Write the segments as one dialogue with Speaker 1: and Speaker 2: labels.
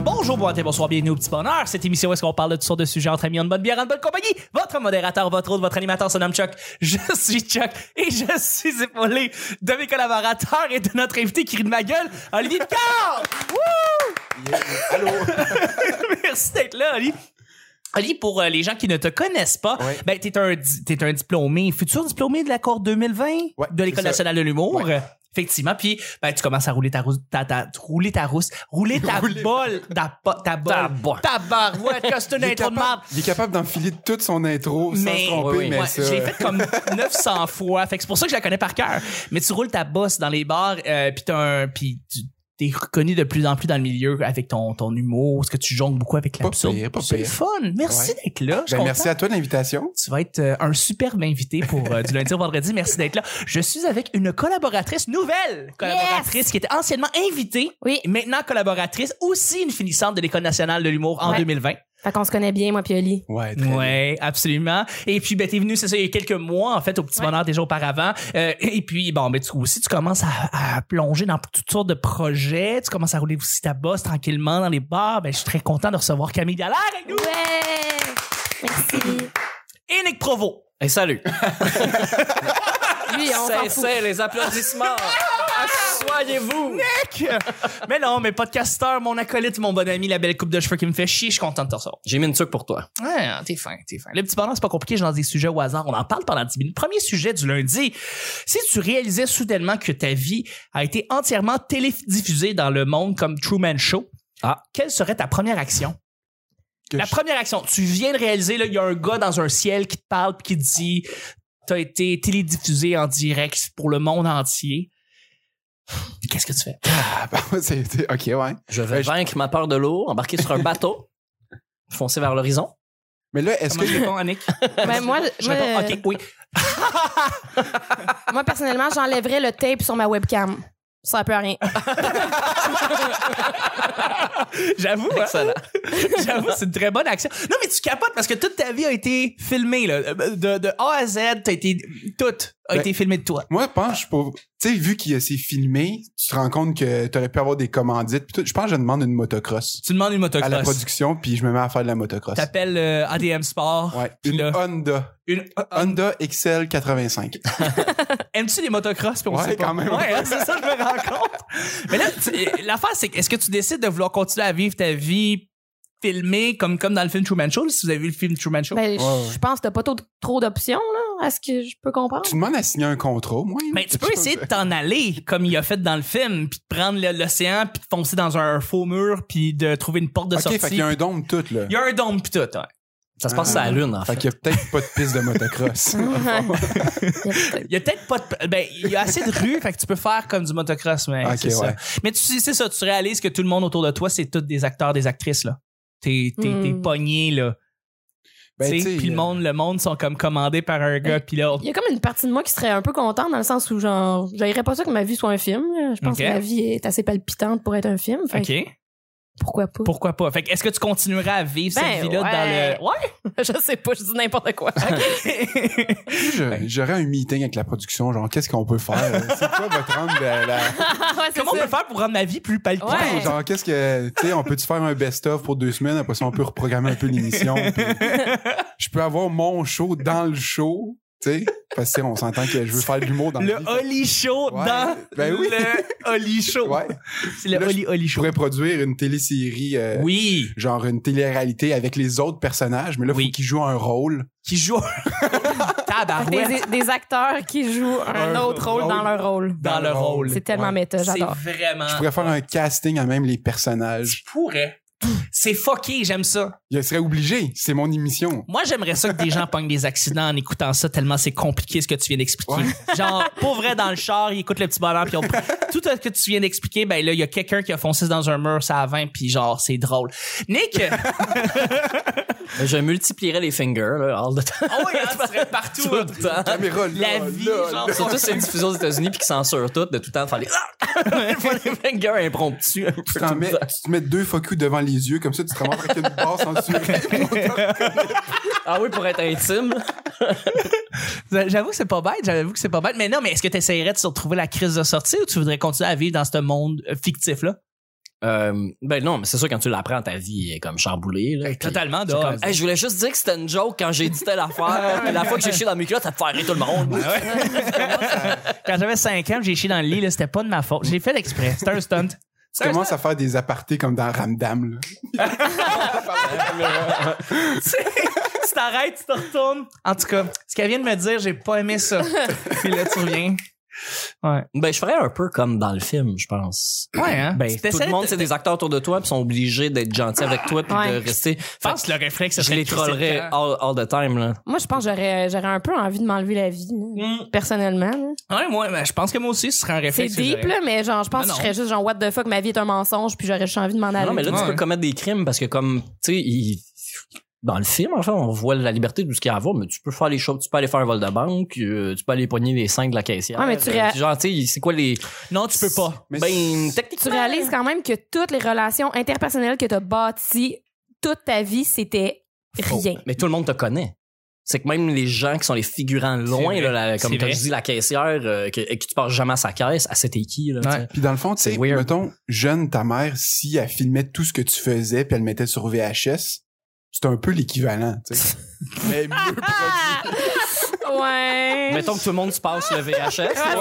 Speaker 1: Bonsoir, et bonsoir, bienvenue au Petit Bonheur. Cette émission où est-ce qu'on parle de toutes sortes de sujets entre amis, en bonne bière, en bonne compagnie. Votre modérateur, votre autre, votre animateur se nomme Chuck. Je suis Chuck et je suis épaulé de mes collaborateurs et de notre invité qui rit de ma gueule, Olivier Picard! Wouh!
Speaker 2: Allô?
Speaker 1: Merci d'être là, Oli. Oli, pour euh, les gens qui ne te connaissent pas,
Speaker 2: Ouais.
Speaker 1: ben, t'es un, di- t'es un diplômé, futur diplômé de la Cour 2020
Speaker 2: Ouais,
Speaker 1: de l'École
Speaker 2: c'est ça.
Speaker 1: nationale de l'humour.
Speaker 2: Ouais.
Speaker 1: Effectivement. Puis, ben, tu commences à rouler ta rousse, ta, ta- rouler ta rousse, rouler ta bolle, ta, bo- ta bolle, ta
Speaker 3: bolle.
Speaker 1: barouette, que c'est une
Speaker 2: Il est
Speaker 1: intro de
Speaker 2: capable-
Speaker 1: marde.
Speaker 2: Il est capable d'enfiler toute son intro sans
Speaker 1: Mais,
Speaker 2: se tromper,
Speaker 3: Oui, oui.
Speaker 2: mais
Speaker 1: Ouais,
Speaker 2: ça...
Speaker 1: je l'ai fait comme 900 fois. Fait que c'est pour ça que je la connais par cœur. Mais tu roules ta bosse dans les bars, euh, puis t'as un, puis tu t'es reconnu de plus en plus dans le milieu avec ton, ton humour, parce que tu jongles beaucoup avec l'absurde.
Speaker 2: pire, pas
Speaker 1: C'est le
Speaker 2: pire.
Speaker 1: fun. Merci
Speaker 2: Ouais.
Speaker 1: d'être là. Je suis
Speaker 2: Ben, merci
Speaker 1: content.
Speaker 2: à toi de l'invitation.
Speaker 1: Tu vas être euh, un superbe invité pour euh, du lundi au vendredi. Merci d'être là. Je suis avec une collaboratrice nouvelle, collaboratrice qui était anciennement invitée,
Speaker 4: Oui.
Speaker 1: et maintenant collaboratrice, aussi une finissante de l'École nationale de l'humour en
Speaker 4: Ouais.
Speaker 1: 2020.
Speaker 4: Fait qu'on se connaît bien, moi, puis Oli.
Speaker 2: Ouais, très bien.
Speaker 1: Ouais, absolument. Et puis, ben, t'es venu, c'est ça, il y a quelques mois, en fait, au Petit
Speaker 4: Ouais.
Speaker 1: Bonheur déjà auparavant. Euh, et puis, bon, ben, tu aussi, tu commences à, à plonger dans toutes sortes de projets. Tu commences à rouler aussi ta bosse tranquillement dans les bars. Ben, je suis très content de recevoir Camille Dallaire avec nous
Speaker 4: Ouais! Merci.
Speaker 1: et Nick Provo.
Speaker 3: Et salut.
Speaker 4: Lui, on s'en fout.
Speaker 3: Cessez les applaudissements. Soyez-vous.
Speaker 1: mais non, mais podcasteur, mon acolyte, mon bon ami, la belle coupe de cheveux qui me fait chier, je suis content de te recevoir.
Speaker 3: J'ai mis une tuque pour toi.
Speaker 1: Ah, t'es fin, t'es fin. Le petit bonheur, c'est pas compliqué, je lance des sujets au hasard. On en parle pendant 10 minutes. Premier sujet du lundi. Si tu réalisais soudainement que ta vie a été entièrement télédiffusée dans le monde comme Truman Show,
Speaker 3: Ah.
Speaker 1: quelle serait ta première action?
Speaker 2: Que
Speaker 1: La
Speaker 2: je-
Speaker 1: première action, tu viens de réaliser, là, il y a un gars dans un ciel qui te parle pis qui te dit T'as été télédiffusé en direct pour le monde entier. Qu'est-ce que tu fais?
Speaker 2: Ah, bah, c'est- c'est- OK, ouais.
Speaker 3: Je vais
Speaker 2: Ben, je-
Speaker 3: vaincre ma peur de l'eau, embarquer sur un bateau, foncer vers l'horizon.
Speaker 2: Mais là, est-ce
Speaker 1: Comment
Speaker 2: que...
Speaker 1: je réponds, Annick?
Speaker 4: Ben, moi,
Speaker 1: Je
Speaker 4: moi,
Speaker 1: réponds, OK, oui.
Speaker 4: moi, personnellement, j'enlèverais le tape sur ma webcam. Ça peut rien.
Speaker 1: J'avoue, hein?
Speaker 3: Excellent.
Speaker 1: J'avoue, c'est une très bonne action. Non, mais tu capotes parce que toute ta vie a été filmée, là. Euh, De, de A à Z, t'as été. Toute a
Speaker 2: Ben-
Speaker 1: été filmée de toi.
Speaker 2: Moi, je pense, que je pour... Tu sais, vu qu'il s'est filmé, tu te rends compte que t'aurais pu avoir des commandites. Puis tout. Je pense que je demande une motocross
Speaker 1: Tu demandes une
Speaker 2: à la
Speaker 1: motocross.
Speaker 2: production, puis je me mets à faire de la motocross.
Speaker 1: T'appelles euh, ADM Sport.
Speaker 2: Ouais.
Speaker 1: Puis
Speaker 2: Une
Speaker 1: là-
Speaker 2: Honda.
Speaker 1: Une,
Speaker 2: Honda XL 85.
Speaker 1: Aimes-tu les motocross? Puis on
Speaker 2: Ouais,
Speaker 1: sait pas.
Speaker 2: quand même.
Speaker 1: Ouais, hein, c'est ça, je me rends compte. Mais là, tu- l'affaire, c'est que est-ce que tu décides de vouloir continuer à vivre ta vie filmée comme, comme dans le film Truman Show? Si vous avez vu le film Truman Show.
Speaker 4: Ben,
Speaker 2: ouais.
Speaker 4: je pense que t'as pas tôt- trop d'options, là, à ce que je peux comprendre.
Speaker 2: tu demandes à signer un contrat, moi.
Speaker 1: Mais Ben, tu peux essayer de t'en aller comme il a fait dans le film, puis de prendre le- l'océan, puis de foncer dans un faux mur, puis de trouver une porte de
Speaker 2: OK,
Speaker 1: sortie.
Speaker 2: fait qu'il y a un Ah. dôme tout, là.
Speaker 1: Il y a un dôme pis tout, ouais.
Speaker 3: Ça se passe à la lune, en
Speaker 2: Fait
Speaker 3: fait.
Speaker 2: qu'il y a peut-être pas de piste de motocross.
Speaker 1: Il y a peut-être pas de... Ben, il y a assez de rues, fait que tu peux faire comme du motocross, mais
Speaker 2: Ok,
Speaker 1: c'est ça.
Speaker 2: ouais.
Speaker 1: Mais tu sais, c'est ça, tu réalises que tout le monde autour de toi, c'est tous des acteurs, des actrices, là. T'es, t'es,
Speaker 4: Mm.
Speaker 1: t'es pogné, là.
Speaker 2: Ben,
Speaker 1: Tu sais,
Speaker 2: tu sais,
Speaker 1: puis le
Speaker 2: euh,
Speaker 1: monde, le monde sont comme commandés par un gars, puis l'autre.
Speaker 4: Il y a comme une partie de moi qui serait un peu contente dans le sens où, genre, j'aimerais pas ça que ma vie soit un film. Je pense
Speaker 1: Ok.
Speaker 4: que ma vie est assez palpitante pour être un film. Fait que
Speaker 1: OK.
Speaker 4: pourquoi pas?
Speaker 1: Pourquoi pas? Fait que est-ce que tu continuerais à vivre cette
Speaker 4: Ben,
Speaker 1: vie-là
Speaker 4: ouais.
Speaker 1: dans le... Ouais!
Speaker 4: je sais pas, je dis n'importe quoi.
Speaker 2: Plus je- J'aurais un meeting avec la production, genre, qu'est-ce qu'on peut faire? euh, C'est quoi votre angle? de la-
Speaker 4: Ouais, c'est
Speaker 1: Comment on
Speaker 4: ça.
Speaker 1: peut faire pour rendre ma vie plus palpitante?
Speaker 4: Ouais.
Speaker 2: Ouais, Genre, qu'est-ce que, tu sais, on peut-tu faire un best-of pour deux semaines? Après ça, on peut reprogrammer un peu l'émission. puis Je peux avoir mon show dans le show, tu sais, parce que tu sais, on s'entend que je veux faire de l'humour dans
Speaker 1: Le
Speaker 2: la vie.
Speaker 1: Holly Show
Speaker 2: Ouais.
Speaker 1: dans
Speaker 2: Ben oui.
Speaker 1: le Holly Show.
Speaker 2: Ouais.
Speaker 1: C'est le
Speaker 2: Là, je
Speaker 1: Holly Holly
Speaker 2: Je
Speaker 1: Show.
Speaker 2: pourrais produire une télésérie, euh,
Speaker 1: Oui,
Speaker 2: genre une télé-réalité avec les autres personnages, mais là,
Speaker 1: Oui.
Speaker 2: faut qu'ils jouent un rôle.
Speaker 1: qui joue tabarouette
Speaker 4: Des, des acteurs qui jouent un,
Speaker 2: Un
Speaker 4: autre rôle, dans
Speaker 2: rôle.
Speaker 4: leur rôle.
Speaker 1: dans le rôle.
Speaker 4: C'est tellement
Speaker 2: Ouais.
Speaker 4: méta, j'adore.
Speaker 1: C'est vraiment.
Speaker 2: Je pourrais faire un casting à même les
Speaker 1: Je
Speaker 2: personnages.
Speaker 1: pourrais. C'est fucké, j'aime ça.
Speaker 2: Je serais obligé. C'est mon émission.
Speaker 1: Moi, j'aimerais ça que des gens pognent des accidents en écoutant ça tellement c'est compliqué ce que tu viens d'expliquer. Genre, pour vrai, dans le char, ils écoutent le petit bonheur puis on... tout ce que tu viens d'expliquer, ben là, il y a quelqu'un qui a foncé dans un mur, ça a 20 puis genre, c'est drôle. Nick!
Speaker 3: Je multiplierais les fingers, là, all the time.
Speaker 1: oh, oui, hein, tu serais partout.
Speaker 3: Tout le temps.
Speaker 2: Caméra, là,
Speaker 1: Ah, La vie,
Speaker 2: là,
Speaker 1: genre,
Speaker 2: là.
Speaker 3: Surtout ces diffusions aux États-Unis puis qui censurent tout, de tout le temps faire les. Faire les fingers impromptus. un peu
Speaker 2: Tu,
Speaker 3: tout
Speaker 2: t'en
Speaker 3: le
Speaker 2: mets,
Speaker 3: temps.
Speaker 2: tu te mets deux focus devant les yeux, comme ça, tu te ramasses avec une barre censurée.
Speaker 3: Ah oui, pour être intime.
Speaker 1: J'avoue que c'est pas bête, j'avoue que c'est pas bête. Mais non, mais est-ce que tu essaierais de se retrouver la crise de sortie ou tu voudrais continuer à vivre dans ce monde euh, fictif-là?
Speaker 3: Euh, ben non, mais c'est sûr, quand tu l'apprends, ta vie est comme chamboulée. Là,
Speaker 1: Hey,
Speaker 3: Puis-
Speaker 1: totalement de
Speaker 3: c'est
Speaker 1: A à
Speaker 3: comme,
Speaker 1: Z.
Speaker 3: Ben, Hey, je voulais juste dire que c'était une joke quand j'ai dit telle affaire. Puis la fois que j'ai chié dans mes culottes, ça te fait rire tout le monde.
Speaker 1: Ah Quand j'avais 5 ans, j'ai chié dans le lit, là, c'était pas de ma faute. J'ai fait exprès. C'était un stunt.
Speaker 2: Tu commences à faire des apartés comme dans Ramdam. Là.
Speaker 1: Tu sais, tu t'arrêtes, tu te retournes. En tout cas, ce qu'elle vient de me dire, j'ai pas aimé ça. Puis là, tu reviens. Ouais.
Speaker 3: ben, je ferais un peu comme dans le film, je pense.
Speaker 1: Ouais, hein?
Speaker 3: Ben,
Speaker 1: Tu
Speaker 3: tout
Speaker 1: t'essaies
Speaker 3: le monde,
Speaker 1: de-
Speaker 3: c'est des acteurs autour de toi, puis sont obligés d'être gentils avec toi, puis
Speaker 4: Ouais.
Speaker 3: de rester.
Speaker 1: Je pense que le réflexe, ça
Speaker 3: je
Speaker 1: serait
Speaker 3: les
Speaker 1: de crisser le
Speaker 3: trollerais
Speaker 1: camp.
Speaker 3: all, all the time, là.
Speaker 4: Moi, je pense que j'aurais, j'aurais un peu envie de m'enlever la vie, là.
Speaker 1: Mm.
Speaker 4: personnellement. là.
Speaker 1: Ouais, moi, ben, je pense que moi aussi, ce serait un
Speaker 4: C'est
Speaker 1: réflexe. que
Speaker 4: deep,
Speaker 1: j'aurais.
Speaker 4: là, mais genre, je pense
Speaker 1: Non,
Speaker 4: que je
Speaker 1: non.
Speaker 4: serais juste genre, what the fuck, ma vie est un mensonge, puis j'aurais juste envie de m'en aller.
Speaker 3: Non, mais là, tu
Speaker 1: Ouais.
Speaker 3: peux commettre des crimes parce que comme, tu sais, il- dans le film, enfin, on voit la liberté de ce qu'il y a à voir, mais tu peux faire les choses, tu peux aller faire un vol de banque, euh, tu peux aller pogner les seins de la caissière.
Speaker 4: Ouais, mais tu
Speaker 3: Euh,
Speaker 4: réa-
Speaker 3: Genre, tu sais, c'est quoi les...
Speaker 1: Non, tu peux pas.
Speaker 2: Mais
Speaker 3: ben,
Speaker 4: tu
Speaker 3: techniquement...
Speaker 4: réalises quand même que toutes les relations interpersonnelles que t'as bâties toute ta vie, c'était rien.
Speaker 3: Mais tout le monde te connaît. C'est que même les gens qui sont les figurants loin,
Speaker 1: vrai.
Speaker 3: là, la- comme
Speaker 1: C'est
Speaker 3: t'as
Speaker 1: vrai.
Speaker 3: dit, la caissière, euh, que, et que tu passes jamais à sa caisse, à c'était qui, là, tu sais.
Speaker 1: Ouais.
Speaker 2: Puis dans le fond, tu sais,
Speaker 3: C'est weird.
Speaker 2: mettons, jeune, ta mère, si elle filmait tout ce que tu faisais puis elle le mettait sur VHS, c'est un peu l'équivalent, tu sais. Mais mieux produit.
Speaker 4: ouais.
Speaker 3: Mettons que tout le monde se passe le VHS.
Speaker 4: Ah, c'est ça.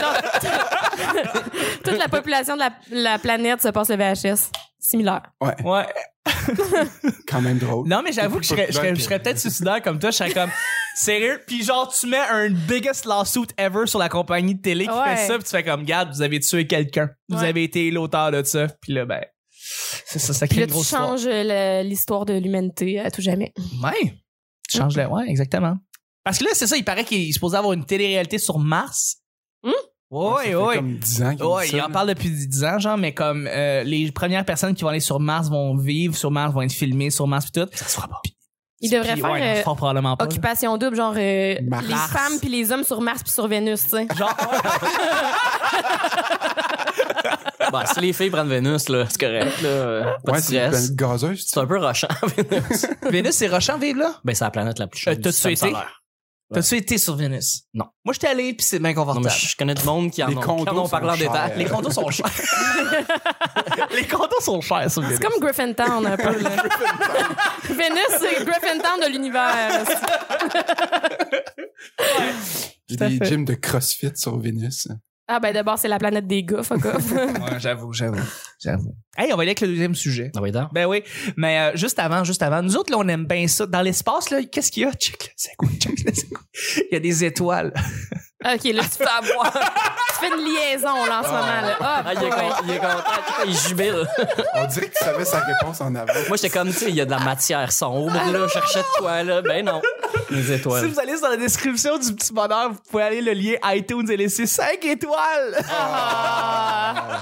Speaker 4: Genre, toute la population de la, la planète se passe le VHS. Similaire.
Speaker 2: Ouais,
Speaker 1: Ouais.
Speaker 2: quand même drôle.
Speaker 1: Non, mais j'avoue que je serais, je serais- je serais peut-être suicidaire comme toi. Je serais comme, sérieux? Puis genre, tu mets un biggest lawsuit ever sur la compagnie de télé qui
Speaker 4: Ouais.
Speaker 1: fait ça, puis tu fais comme, regarde, vous avez tué quelqu'un. Vous
Speaker 4: Ouais.
Speaker 1: avez été l'auteur de ça. Puis là, ben, c'est ça, ça
Speaker 4: Puis
Speaker 1: crée
Speaker 4: là,
Speaker 1: une
Speaker 4: tu
Speaker 1: grosse histoire.
Speaker 4: changes le- l'histoire de l'humanité à tout jamais.
Speaker 1: Ouais. Tu changes le. Ouais, exactement. Parce que là, c'est ça, il paraît qu'il est supposé avoir une télé-réalité sur Mars.
Speaker 4: Hmm?
Speaker 2: Ça
Speaker 1: Ouais,
Speaker 2: fait
Speaker 1: ouais.
Speaker 2: comme 10 ans qu'il
Speaker 1: Ouais,
Speaker 2: dit ça,
Speaker 1: il en
Speaker 2: là.
Speaker 1: parle depuis 10 ans, genre, mais comme euh, les premières personnes qui vont aller sur Mars vont vivre sur Mars, vont être filmées sur Mars, pis tout.
Speaker 3: Ça se fera pas.
Speaker 4: Il devrait
Speaker 1: Puis,
Speaker 4: faire
Speaker 1: ouais, non,
Speaker 4: euh,
Speaker 1: fort probablement pas. là.
Speaker 4: occupation double, genre euh,
Speaker 2: Mars.
Speaker 4: les femmes puis les hommes sur Mars puis sur Vénus, tu sais.
Speaker 1: Genre,
Speaker 3: bah, si les filles prennent Vénus, là, c'est correct, là. euh, Pas
Speaker 2: Ouais,
Speaker 3: de
Speaker 2: c'est une
Speaker 3: stress.
Speaker 2: planète gazeuse. tu
Speaker 3: C'est un peu rochant, Vénus.
Speaker 1: Vénus et Rochant vivent là?
Speaker 3: ben, c'est la planète la plus chaude.
Speaker 1: Euh,
Speaker 3: du
Speaker 1: t'as-tu
Speaker 3: système
Speaker 1: été?
Speaker 3: solaire.
Speaker 1: T'as-tu été sur Vénus?
Speaker 3: Non.
Speaker 1: Moi, j'étais allé, puis c'est bien
Speaker 3: Non,
Speaker 1: confortable.
Speaker 3: mais je connais du monde qui en
Speaker 2: Les
Speaker 3: ont, qui en
Speaker 2: condos
Speaker 3: ont parlé en
Speaker 2: sont
Speaker 3: détail.
Speaker 2: chers.
Speaker 1: Les condos sont chers. les condos sont chers sur Vénus.
Speaker 4: C'est comme Griffintown un peu. Là. Vénus, c'est Griffintown de l'univers.
Speaker 2: sais.
Speaker 1: tout à
Speaker 2: Des
Speaker 1: fait.
Speaker 2: gyms de CrossFit sur Vénus.
Speaker 4: Ah ben d'abord c'est la planète des gars, fuck off.
Speaker 1: Ouais, j'avoue, j'avoue, j'avoue. Hey, on va aller avec le deuxième sujet.
Speaker 3: Ah oui, d'accord.
Speaker 1: Ben oui, mais euh, juste avant, juste avant. Nous autres, là, on aime bien ça. Dans l'espace, là, qu'est-ce qu'il y a? Check, là, c'est quoi? Check, là, c'est quoi? Il y a des étoiles.
Speaker 4: ok là tu fais avoir, tu fais une liaison là en ce moment là. Ah,
Speaker 3: Ah, il est
Speaker 4: ouais.
Speaker 3: con- il est content, il jubile.
Speaker 2: On dirait que tu savais sa réponse en avant.
Speaker 3: Moi, j'étais comme, tu sais, il y a de la matière sombre, là, je cherchais de quoi, là. Ben non. Les
Speaker 1: Si
Speaker 3: étoiles.
Speaker 1: vous allez dans la description du petit bonheur, vous pouvez aller le lien iTunes et laisser 5 étoiles.
Speaker 4: Ah.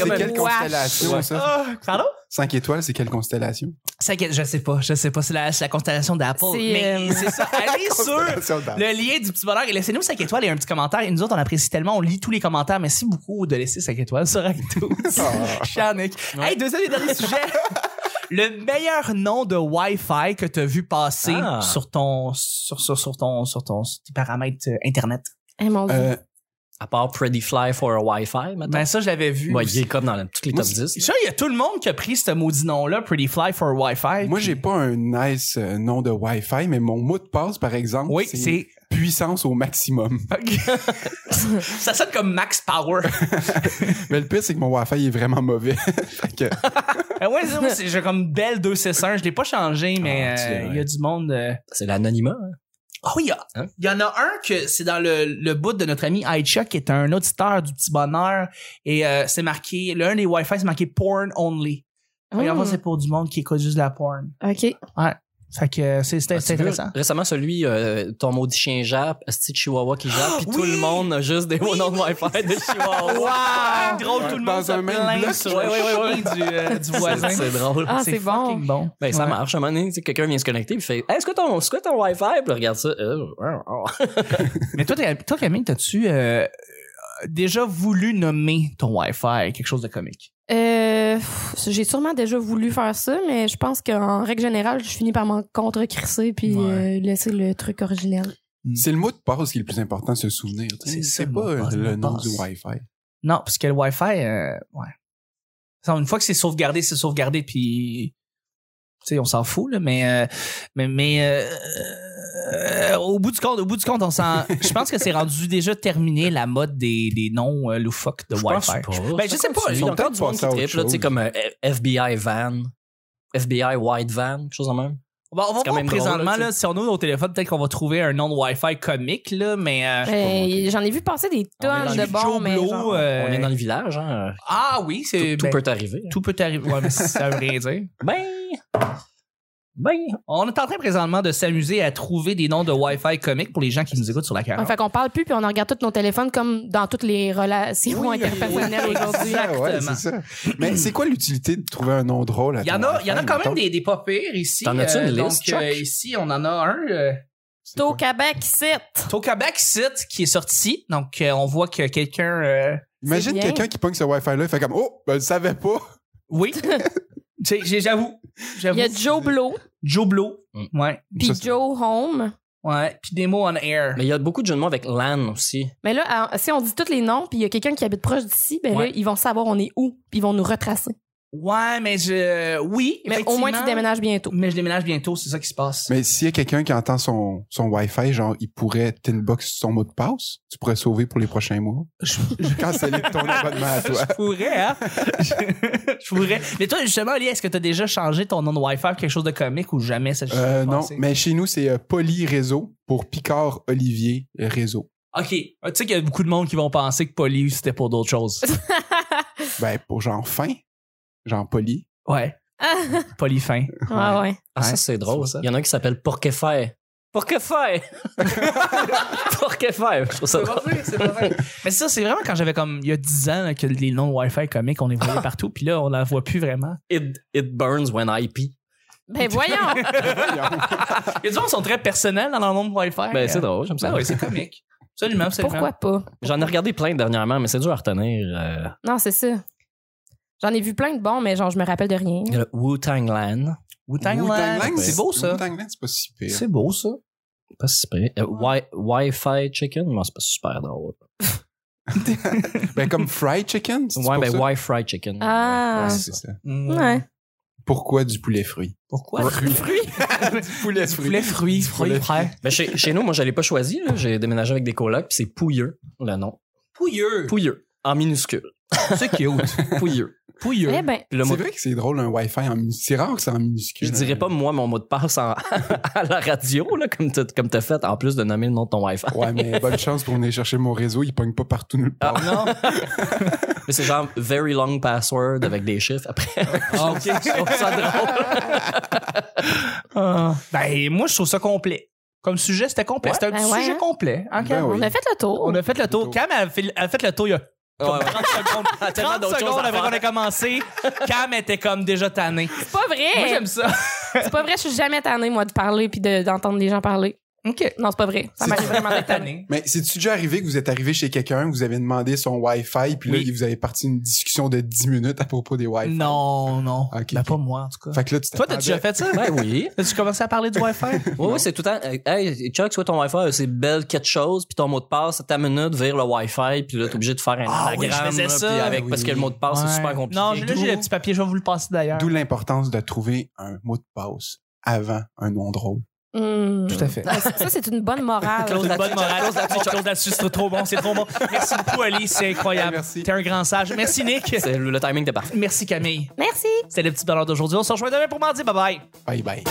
Speaker 2: C'est
Speaker 4: un
Speaker 2: quelle
Speaker 4: wash.
Speaker 2: constellation,
Speaker 3: Ouais.
Speaker 2: ça?
Speaker 1: Ah, Pardon?
Speaker 2: 5 étoiles, c'est quelle constellation?
Speaker 1: 5 étoiles, je sais pas, je sais pas, c'est la, c'est la constellation d'Apple.
Speaker 4: C'est,
Speaker 1: Mais
Speaker 4: euh,
Speaker 1: c'est ça, allez sur
Speaker 2: Constellation d'Apple.
Speaker 1: le lien du petit bonheur et laissez-nous 5 étoiles et un petit commentaire. Et nous autres, on apprécie tellement, on lit tous les commentaires. Merci beaucoup de laisser 5 étoiles sur iTunes.
Speaker 2: Ah.
Speaker 1: Cher Nick. Hey, deuxième et dernier sujet. Le meilleur nom de Wi-Fi que tu as vu passer
Speaker 3: Ah.
Speaker 1: sur ton sur, sur, sur ton sur ton sur tes paramètres euh, internet.
Speaker 4: Eh, mon Dieu.
Speaker 2: Euh,
Speaker 3: À part Pretty Fly for a Wi-Fi, maintenant.
Speaker 1: Ben ça je l'avais vu.
Speaker 3: Ouais, il est comme dans la- toutes les
Speaker 2: Moi,
Speaker 3: top 10.
Speaker 1: Ça il y a tout le monde qui a pris ce maudit nom là Pretty Fly for Wi-Fi.
Speaker 2: Moi, j'ai pas un nice euh, nom de Wi-Fi, mais mon mot de passe, par exemple,
Speaker 1: Oui,
Speaker 2: c'est
Speaker 1: c'est
Speaker 2: puissance au maximum.
Speaker 1: ça sonne comme Max Power.
Speaker 2: mais le pire, c'est que mon Wi-Fi est vraiment mauvais. Fait que,
Speaker 1: Ben ouais, c'est- moi, c'est j'ai comme Belle 261, je l'ai pas changé mais
Speaker 3: Ah, tu
Speaker 1: euh,
Speaker 3: l'as,
Speaker 1: il y a du monde euh,
Speaker 3: C'est l'anonymat. hein.
Speaker 1: Ah oui, il y, a-
Speaker 3: Hein?
Speaker 1: il y en a un que c'est dans le, le bout de notre ami iChuck, qui est un auditeur du Petit Bonheur. Et euh, c'est marqué, l'un des Wi-Fi, c'est marqué porn only. Regarde,
Speaker 4: Hmm.
Speaker 1: moi, c'est pour du monde qui écoute juste de la porn.
Speaker 4: Ok.
Speaker 1: Fait que euh, c'est c'était-
Speaker 3: As-tu
Speaker 1: c'était
Speaker 3: vu
Speaker 1: intéressant.
Speaker 3: Ah, Récemment, celui, euh, ton maudit chien jappe, petit chihuahua qui jappe, puis tout
Speaker 1: Ah, oui!
Speaker 3: le monde a juste des hauts noms de Wi-Fi de chihuahua.
Speaker 1: Wow! Drôle, tout le
Speaker 2: Dans
Speaker 1: monde se
Speaker 2: un même
Speaker 1: plaint
Speaker 2: bloc,
Speaker 1: sur
Speaker 3: ouais,
Speaker 1: le
Speaker 3: ouais, ouais,
Speaker 1: chien du, euh, du voisin.
Speaker 3: C'est c'est drôle.
Speaker 4: Ah, c'est bon.
Speaker 1: fucking bon.
Speaker 3: Ben, ça
Speaker 1: Ouais.
Speaker 3: marche. À un moment donné, tu sais, quelqu'un vient se connecter, puis fait, Hey, est-ce que ton, est-ce que ton Wi-Fi? Puis là, regarde ça. Euh, euh, euh.
Speaker 1: Mais toi, t'as- toi Camille, t'as-tu euh, euh, déjà voulu nommer ton Wi-Fi quelque chose de comique?
Speaker 4: Euh, pff, j'ai sûrement déjà voulu faire ça, mais je pense qu'en règle générale, je finis par m'en contre-crisser puis
Speaker 1: Ouais.
Speaker 4: euh, laisser le truc originel.
Speaker 2: c'est le mot de passe qui est le plus important de se souvenir. tu sais.
Speaker 1: C'est ça,
Speaker 2: C'est
Speaker 1: le mot
Speaker 2: pas
Speaker 1: de passe,
Speaker 2: euh,
Speaker 1: le mot
Speaker 2: le
Speaker 1: de
Speaker 2: nom
Speaker 1: passe.
Speaker 2: du Wi-Fi.
Speaker 1: Non, parce que le Wi-Fi, euh, ouais. Genre, Une fois que c'est sauvegardé, c'est sauvegardé, puis tu sais, on s'en fout là, mais euh, mais mais euh, euh, au bout du compte, au bout du compte, on s'en. Je pense que c'est rendu déjà terminé la mode des, des noms euh, loufoques de
Speaker 3: Je
Speaker 1: Wi-Fi.
Speaker 3: pense pas.
Speaker 1: Ben, je sais pas.
Speaker 3: Il
Speaker 1: Ils
Speaker 3: y
Speaker 2: ont
Speaker 3: a encore
Speaker 2: peut-être
Speaker 3: du monde qui
Speaker 2: passé à autre
Speaker 3: trippe, là, tu sais,
Speaker 2: chose.
Speaker 3: comme euh, FBI van, FBI wide van, quelque chose en même.
Speaker 1: Bon, on va
Speaker 3: C'est quand
Speaker 1: voir
Speaker 3: même drôle,
Speaker 1: présentement
Speaker 3: là, tu sais.
Speaker 1: là, si on a au téléphone, peut-être qu'on va trouver un nom de Wi-Fi comique là, mais euh,
Speaker 4: Euh, J'en ai vu passer des
Speaker 3: On est
Speaker 4: tonnes
Speaker 3: dans
Speaker 4: de
Speaker 1: Joe
Speaker 4: bons, mais.
Speaker 1: Blow,
Speaker 4: genre-
Speaker 1: euh,
Speaker 3: On est dans le village, hein.
Speaker 1: ah oui,
Speaker 3: Tout,
Speaker 1: c'est
Speaker 3: tout
Speaker 1: ben,
Speaker 3: peut arriver. hein.
Speaker 1: tout peut arriver. Ouais, mais ça veut rien dire.
Speaker 3: Ben, ben,
Speaker 1: On est en train présentement de s'amuser à trouver des noms de Wi-Fi comiques pour les gens qui nous écoutent sur la
Speaker 4: Ouais,
Speaker 1: carte.
Speaker 4: fait qu'on parle plus, puis on regarde tous nos téléphones comme dans toutes les relations
Speaker 2: Oui,
Speaker 4: interpersonnelles
Speaker 1: oui,
Speaker 4: aujourd'hui.
Speaker 1: exact.
Speaker 2: Ah ouais, c'est ça. Mais c'est quoi l'utilité de trouver un nom drôle à
Speaker 1: Il y en
Speaker 2: ton
Speaker 1: a, il y en a
Speaker 2: iPhone,
Speaker 1: quand même
Speaker 2: mettons?
Speaker 1: des, des pas pires ici.
Speaker 3: T'en as-tu une
Speaker 1: donc,
Speaker 3: liste,
Speaker 1: euh,
Speaker 3: Chuck?
Speaker 1: ici, on en a un. euh,
Speaker 2: C'est
Speaker 4: C'est au
Speaker 2: quoi?
Speaker 4: Québec, c'est.
Speaker 1: Tokaback Site qui est sorti. Donc, euh, on voit que quelqu'un. euh,
Speaker 2: Imagine
Speaker 4: bien.
Speaker 2: quelqu'un qui pogne ce Wi-Fi-là, il fait comme Oh, ben, je le savais pas.
Speaker 1: Oui. J'ai- j'ai- J'avoue.
Speaker 4: Il
Speaker 1: J'avoue.
Speaker 4: y a Joe Blow,
Speaker 1: Joe Blow.
Speaker 3: Mm.
Speaker 1: Ouais.
Speaker 4: puis
Speaker 2: Ça, c'est-
Speaker 4: Joe Home.
Speaker 1: Ouais. Puis des mots on air.
Speaker 3: mais il y a beaucoup de jeux de mots avec LAN aussi.
Speaker 4: Mais là, à- si on dit tous les noms, puis il y a quelqu'un qui habite proche d'ici, ben
Speaker 1: Ouais.
Speaker 4: là, ils vont savoir on est où, puis ils vont nous retracer.
Speaker 1: Ouais, mais je. Oui.
Speaker 4: Mais au moins,
Speaker 1: effectivement.
Speaker 4: qu'ils déménagent bientôt.
Speaker 1: Mais je déménage bientôt, c'est ça qui se passe.
Speaker 2: Mais s'il y a quelqu'un qui entend son, son Wi-Fi, genre, il pourrait t'inbox son mot de passe, tu pourrais sauver pour les prochains mois.
Speaker 1: Je-
Speaker 2: Canceller ton abonnement à toi.
Speaker 1: Je pourrais, hein? Je, je pourrais. Mais toi, justement, Ali, est-ce que t'as déjà changé ton nom de Wi-Fi pour quelque chose de comique ou jamais ça
Speaker 2: Euh, non,
Speaker 1: pensé?
Speaker 2: mais chez nous, c'est euh, Poly Réseau pour Picard Olivier Réseau.
Speaker 1: OK. Ah, Tu sais qu'il y a beaucoup de monde qui vont penser que Poly, c'était pour d'autres choses.
Speaker 2: Ben, pour genre fin, genre Poly.
Speaker 1: Ouais.
Speaker 4: Ah,
Speaker 1: Polyfin.
Speaker 4: ah ouais.
Speaker 3: Ah,
Speaker 1: Ouais,
Speaker 3: ça, c'est drôle.
Speaker 1: c'est ça.
Speaker 3: Il y en a un qui s'appelle Porquefeuille. Porquefeuille! Porquefeuille! Je trouve ça drôle.
Speaker 1: Mais ça, c'est vraiment quand j'avais comme, il y a 10 ans, là, que les noms de Wi-Fi comiques, on les voyait partout, puis là, on la voit plus vraiment.
Speaker 3: It, it burns when I pee.
Speaker 4: Ben voyons.
Speaker 1: Il y a des gens qui sont très personnels dans leur nom de Wi-Fi.
Speaker 3: Ben, c'est drôle, j'aime ça.
Speaker 1: Ben oui, c'est comique. Absolument, absolument.
Speaker 4: Pourquoi pas?
Speaker 3: J'en ai regardé plein dernièrement, mais c'est dur à retenir. euh,
Speaker 4: Non, c'est ça. J'en ai vu plein de bons, mais genre, je me rappelle de rien.
Speaker 3: Il y a le Wu-Tang Lan.
Speaker 1: Wu-Tang
Speaker 2: Wu-Tang
Speaker 1: Clan,
Speaker 2: Clan,
Speaker 1: c'est beau, ça.
Speaker 2: Wu-Tang Clan, c'est pas si pire.
Speaker 3: beau, ça. Pas si pire. Euh, wi- Wi-Fi Chicken, moi, c'est pas super drôle.
Speaker 2: Ben, comme Fried Chicken, c'est
Speaker 3: Ouais,
Speaker 2: pour
Speaker 3: ben,
Speaker 2: ça?
Speaker 3: Wi-Fi Chicken.
Speaker 4: Ah.
Speaker 2: Ouais, c'est ça.
Speaker 1: Mm.
Speaker 4: Ouais.
Speaker 2: Pourquoi du poulet fruit?
Speaker 1: Pourquoi?
Speaker 2: Fruit. du poulet
Speaker 1: Du
Speaker 2: fruit.
Speaker 1: poulet fruit, fruit
Speaker 2: poulet
Speaker 1: frais.
Speaker 3: Ben, chez, chez nous, moi, je l'ai pas choisi. là. J'ai déménagé avec des colocs, puis c'est Pouilleux, le nom.
Speaker 1: Pouilleux.
Speaker 3: Pouilleux. En minuscule.
Speaker 1: C'est cute.
Speaker 3: Pouilleux.
Speaker 1: Pouilleux.
Speaker 4: Eh ben,
Speaker 3: Puis le
Speaker 2: C'est
Speaker 3: mot-
Speaker 2: vrai que c'est drôle, un Wi-Fi en minuscule. C'est rare que c'est en minuscule.
Speaker 3: je dirais
Speaker 2: hein.
Speaker 3: pas, moi, mon mot de passe en- à la radio, là, comme t'as comme t'as fait, en plus de nommer le nom de ton Wi-Fi.
Speaker 2: Ouais, mais bonne chance pour venir chercher mon réseau. Il pogne pas partout nulle
Speaker 1: Ah.
Speaker 2: part.
Speaker 3: non. Mais c'est genre very long password avec des chiffres après.
Speaker 1: Ah, ok.
Speaker 3: Je trouve ça drôle.
Speaker 1: Ah. Ben, moi, je trouve ça complet. Comme sujet, c'était complet. C'était un
Speaker 4: Ben
Speaker 1: petit
Speaker 4: ouais,
Speaker 1: sujet
Speaker 4: hein.
Speaker 1: complet. hein, Oh. Cam?
Speaker 2: Ben oui.
Speaker 4: on a fait le tour.
Speaker 1: On a fait le tour.
Speaker 2: Le tour.
Speaker 1: Cam a fait, a fait le tour il y a
Speaker 3: Ouais, ouais.
Speaker 1: 30 secondes.
Speaker 3: a tellement
Speaker 1: 30
Speaker 3: d'autres choses
Speaker 1: secondes
Speaker 3: à
Speaker 1: avant qu'on
Speaker 3: faire.
Speaker 1: ait commencé. Cam était comme déjà tanné.
Speaker 4: C'est pas
Speaker 1: Moi,
Speaker 4: vrai.
Speaker 1: j'aime ça.
Speaker 4: C'est pas vrai. Je suis jamais tannée, moi, de parler puis de- d'entendre les gens parler.
Speaker 1: OK. Ah, ben,
Speaker 4: Non, c'est pas vrai. Ça
Speaker 2: C'est-
Speaker 4: m'arrive vraiment d'être tannée.
Speaker 1: Tanné.
Speaker 2: Mais c'est-tu déjà arrivé que vous êtes arrivé chez quelqu'un, vous avez demandé son Wi-Fi, puis là,
Speaker 1: Oui.
Speaker 2: vous avez parti une discussion de 10 minutes à propos des Wi-Fi?
Speaker 1: Non, non.
Speaker 2: Ok,
Speaker 1: Ben,
Speaker 2: ok.
Speaker 1: pas moi, en tout cas.
Speaker 2: Fait que là, tu
Speaker 1: Toi, t'as déjà fait ça?
Speaker 3: Ben oui.
Speaker 1: As-tu commencé à parler du Wi-Fi?
Speaker 3: Oui, oui, c'est tout le temps. euh, Hey, Chuck, soit ton Wi-Fi, c'est belle quelque chose, puis ton mot de passe, ta minute vers le Wi-Fi, puis là, t'es obligé de faire un
Speaker 1: Ah oui,
Speaker 3: anagramme,
Speaker 1: je faisais
Speaker 3: là,
Speaker 1: ça.
Speaker 3: puis avec, parce que le mot de passe,
Speaker 1: Ouais.
Speaker 3: Ah, c'est super compliqué.
Speaker 1: Non, j'ai là, j'ai le petit papier, je vais vous le passer d'ailleurs.
Speaker 2: D'où l'importance de trouver un mot de passe avant un nom drôle.
Speaker 4: Hmm.
Speaker 1: Tout à fait.
Speaker 4: Ah, ça, ça, c'est une bonne morale.
Speaker 1: Claude une bonne morale. On close là-dessus, c'est trop bon, c'est trop bon. Merci beaucoup, Ali, c'est incroyable.
Speaker 2: Hey, merci.
Speaker 1: T'es un grand sage. Merci, Nick.
Speaker 3: C'est- Le timing était parfait.
Speaker 1: Merci, Camille.
Speaker 4: Merci.
Speaker 1: C'était le petit bonheur d'aujourd'hui. On se rejoint demain pour mardi. Bye bye.
Speaker 2: Bye bye.